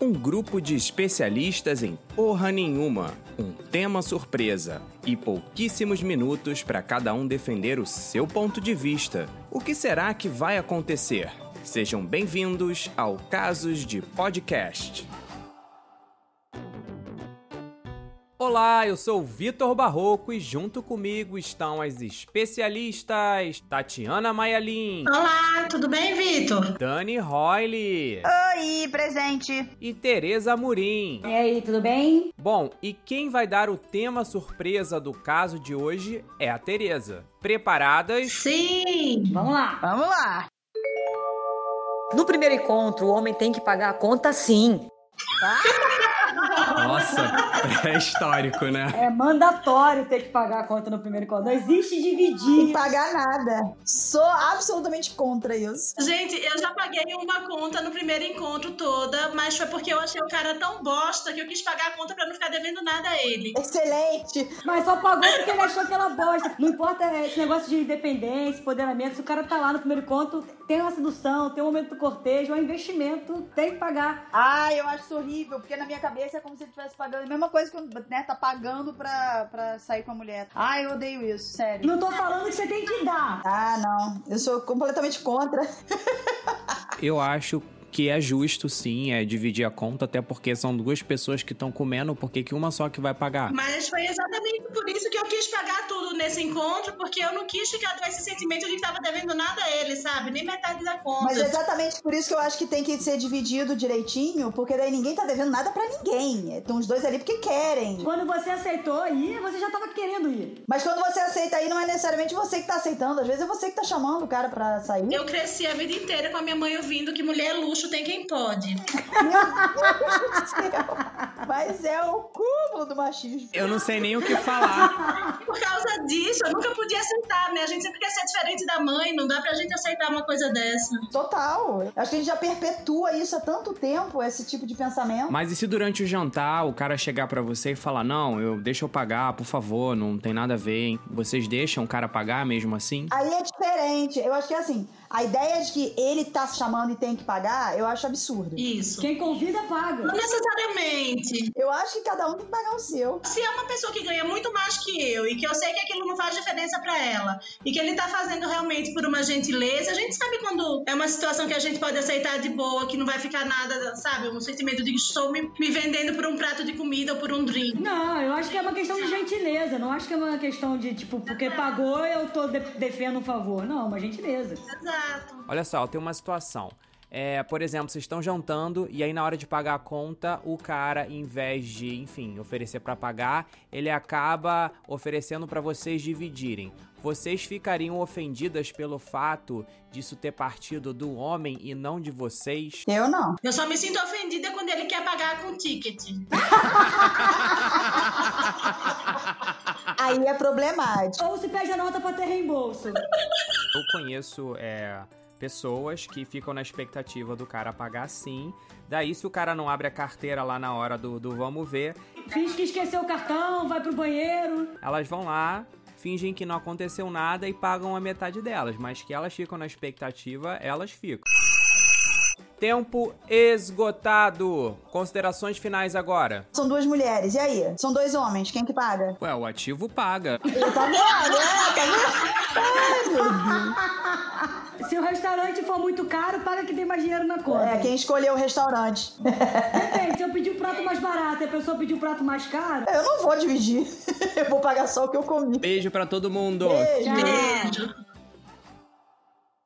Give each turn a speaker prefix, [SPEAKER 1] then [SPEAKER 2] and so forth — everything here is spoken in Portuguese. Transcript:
[SPEAKER 1] Um grupo de especialistas em porra nenhuma, um tema surpresa e pouquíssimos minutos para cada um defender o seu ponto de vista. O que será que vai acontecer? Sejam bem-vindos ao Casos de Podcast. Olá, eu sou o Vitor Barroco e junto comigo estão as especialistas Tatiana Maialin,
[SPEAKER 2] Olá, tudo bem, Vitor?
[SPEAKER 1] Dani Royle
[SPEAKER 3] Oi, presente!
[SPEAKER 1] e Tereza Murim.
[SPEAKER 4] E aí, tudo bem?
[SPEAKER 1] Bom, e quem vai dar o tema surpresa do caso de hoje é a Tereza. Preparadas?
[SPEAKER 2] Sim!
[SPEAKER 4] Vamos lá.
[SPEAKER 3] Vamos lá!
[SPEAKER 5] No primeiro encontro, o homem tem que pagar a conta sim.
[SPEAKER 1] Nossa, é histórico, né?
[SPEAKER 4] É mandatório ter que pagar a conta no primeiro encontro. Não existe
[SPEAKER 3] E
[SPEAKER 4] dividir.
[SPEAKER 3] pagar nada. Sou absolutamente contra isso.
[SPEAKER 2] Gente, eu já paguei uma conta no primeiro encontro toda, mas foi porque eu achei o cara tão bosta que eu quis pagar a conta pra não ficar devendo nada a ele.
[SPEAKER 3] Excelente!
[SPEAKER 4] Mas só pagou porque ele achou que ela bosta. Não importa é, esse negócio de independência, empoderamento. Se o cara tá lá no primeiro encontro, tem uma sedução, tem um momento do cortejo, é um investimento, tem que pagar.
[SPEAKER 3] Ah, eu acho isso horrível, porque na minha cabeça é como se ele estivesse pagando. A mesma coisa que o né, tá pagando pra, pra sair com a mulher. Ah, eu odeio isso, sério.
[SPEAKER 4] Não tô falando que você tem que dar.
[SPEAKER 3] Ah, não. Eu sou completamente contra.
[SPEAKER 1] Eu acho que é justo, sim, é dividir a conta, até porque são duas pessoas que estão comendo, por que que uma só que vai pagar?
[SPEAKER 2] Mas foi exatamente por isso que eu quis pagar tudo nesse encontro, porque eu não quis ficar com esse sentimento de que tava devendo nada a ele, sabe? Nem metade da
[SPEAKER 3] Mas é
[SPEAKER 2] conta.
[SPEAKER 3] exatamente por isso que eu acho que tem que ser dividido direitinho, porque daí ninguém tá devendo nada pra ninguém. Estão os dois ali porque querem.
[SPEAKER 4] Quando você aceitou ir, você já tava querendo ir.
[SPEAKER 3] Mas quando você aceita aí, não é necessariamente você que tá aceitando. Às vezes é você que tá chamando o cara pra sair.
[SPEAKER 2] Eu cresci a vida inteira com a minha mãe ouvindo que mulher é luxo, tem quem pode.
[SPEAKER 3] Mas é o cúmulo do machismo.
[SPEAKER 1] Eu não sei nem o que falar.
[SPEAKER 2] Por causa disso, eu nunca podia aceitar, né? A gente sempre quer ser diferente da mãe, não dá pra gente aceitar uma coisa dessa.
[SPEAKER 3] Total. Acho que a gente já perpetua isso há tanto tempo, esse tipo de pensamento.
[SPEAKER 1] Mas e se durante o jantar o cara chegar pra você e falar: "Não, eu deixa eu pagar, por favor, não tem nada a ver, hein? Vocês deixam o cara pagar mesmo assim?"
[SPEAKER 3] Aí é diferente. Eu acho que é assim, a ideia de que ele tá chamando e tem que pagar, eu acho absurdo.
[SPEAKER 2] Isso.
[SPEAKER 4] Quem convida,
[SPEAKER 2] Não
[SPEAKER 4] paga.
[SPEAKER 2] necessariamente.
[SPEAKER 3] Eu acho que cada um tem que pagar o seu.
[SPEAKER 2] Se é uma pessoa que ganha muito mais que eu e que eu sei que aquilo não faz diferença pra ela e que ele tá fazendo realmente por uma gentileza, a gente sabe quando é uma situação que a gente pode aceitar de boa, que não vai ficar nada, sabe? Um sentimento de que estou me, me vendendo por um prato de comida ou por um drink.
[SPEAKER 4] Não, eu acho que é uma questão de gentileza. Não acho que é uma questão de, tipo, porque pagou, eu tô de- defendo um favor. Não, é uma gentileza.
[SPEAKER 2] Exato.
[SPEAKER 1] Olha só, tem uma situação. É, por exemplo, vocês estão jantando e aí na hora de pagar a conta, o cara, em vez de, enfim, oferecer pra pagar, ele acaba oferecendo pra vocês dividirem. Vocês ficariam ofendidas pelo fato disso ter partido do homem e não de vocês?
[SPEAKER 3] Eu não.
[SPEAKER 2] Eu só me sinto ofendida quando ele quer pagar com ticket.
[SPEAKER 3] Aí é problemático.
[SPEAKER 4] Ou se pede a nota pra ter reembolso.
[SPEAKER 1] Eu conheço é, pessoas que ficam na expectativa do cara pagar sim. Daí, se o cara não abre a carteira lá na hora do, do vamos ver,
[SPEAKER 4] Finge que esqueceu o cartão, vai pro banheiro.
[SPEAKER 1] Elas vão lá, fingem que não aconteceu nada e pagam a metade delas, mas que elas ficam na expectativa, elas ficam. Tempo esgotado. Considerações finais agora.
[SPEAKER 3] São duas mulheres, e aí? São dois homens, quem que paga?
[SPEAKER 1] Ué, o ativo paga.
[SPEAKER 3] Eu tá vendo? É, tá vendo?
[SPEAKER 4] Se o restaurante for muito caro, paga que tem mais dinheiro na conta.
[SPEAKER 3] É, quem escolheu o restaurante.
[SPEAKER 4] Depende, se eu pedir um prato mais barato e a pessoa pedir um prato mais caro,
[SPEAKER 3] Eu não vou dividir. Eu vou pagar só o que eu comi.
[SPEAKER 1] Beijo pra todo mundo.
[SPEAKER 3] Beijo.
[SPEAKER 4] Tchau.
[SPEAKER 2] Beijo.